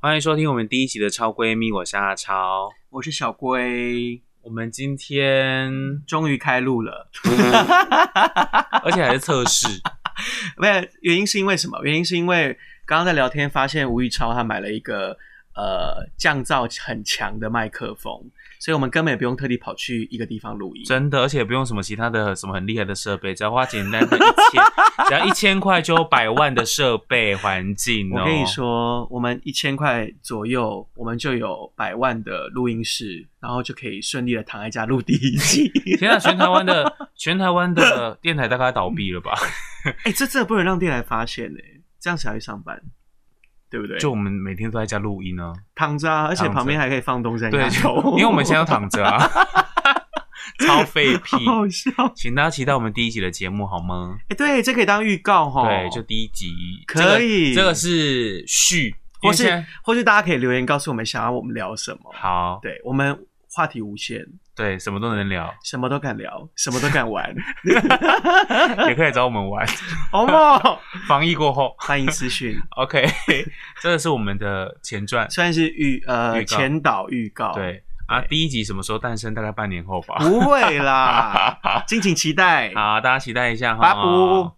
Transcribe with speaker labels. Speaker 1: 欢迎收听我们第一集的《超闺蜜》，我是阿超。
Speaker 2: 我是小龟，
Speaker 1: 我们今天，
Speaker 2: 终于开录了。
Speaker 1: 而且还是测试，
Speaker 2: 没有原因是因为什么？原因是因为刚刚在聊天发现吴玉超他买了一个呃降噪很强的麦克风，所以我们根本也不用特地跑去一个地方录音。
Speaker 1: 真的，而且不用什么其他的什么很厉害的设备，只要花简单的一 千，只要一千块就有百万的设备环境哦。
Speaker 2: 我跟你，说，我们一千块左右，我们就有百万的录音室，然后就可以顺利的躺在家录第一季。
Speaker 1: 天啊，全台湾的全台湾的电台大概倒闭了吧？
Speaker 2: 哎、这真的不能让电台发现呢、这样才会上班，对 不对？
Speaker 1: 就我们每天都在家录音呢、
Speaker 2: 躺着啊，而且
Speaker 1: 躺着
Speaker 2: 旁边还可以放东山
Speaker 1: 对
Speaker 2: 鸭头，
Speaker 1: 因为我们现在要躺着 啊，超废屁。
Speaker 2: 好好笑。
Speaker 1: 请大家期待我们第一集的节目好吗？
Speaker 2: 哎、对，这可以当预告哈。
Speaker 1: 对，就第一集
Speaker 2: 哦可以
Speaker 1: 这个、这个是序，因
Speaker 2: 或
Speaker 1: 为现
Speaker 2: 是
Speaker 1: 在
Speaker 2: 或是大家可以留言告诉我们想要我们聊什么。
Speaker 1: 好，
Speaker 2: 对我们话题无限，
Speaker 1: 对，什么都能聊，
Speaker 2: 什么都敢聊，什么都敢玩，
Speaker 1: 也可以找我们玩。
Speaker 2: 好不好？
Speaker 1: 防疫过后
Speaker 2: 欢迎私讯，
Speaker 1: ，OK，这 个是我们的前传，
Speaker 2: 虽然是预呃
Speaker 1: 预告
Speaker 2: 前导预告，，
Speaker 1: 对啊，第一集什么时候诞生？大概半年后吧。
Speaker 2: 不会啦，敬请期待，
Speaker 1: 好，大家期待一下哈。
Speaker 2: 巴布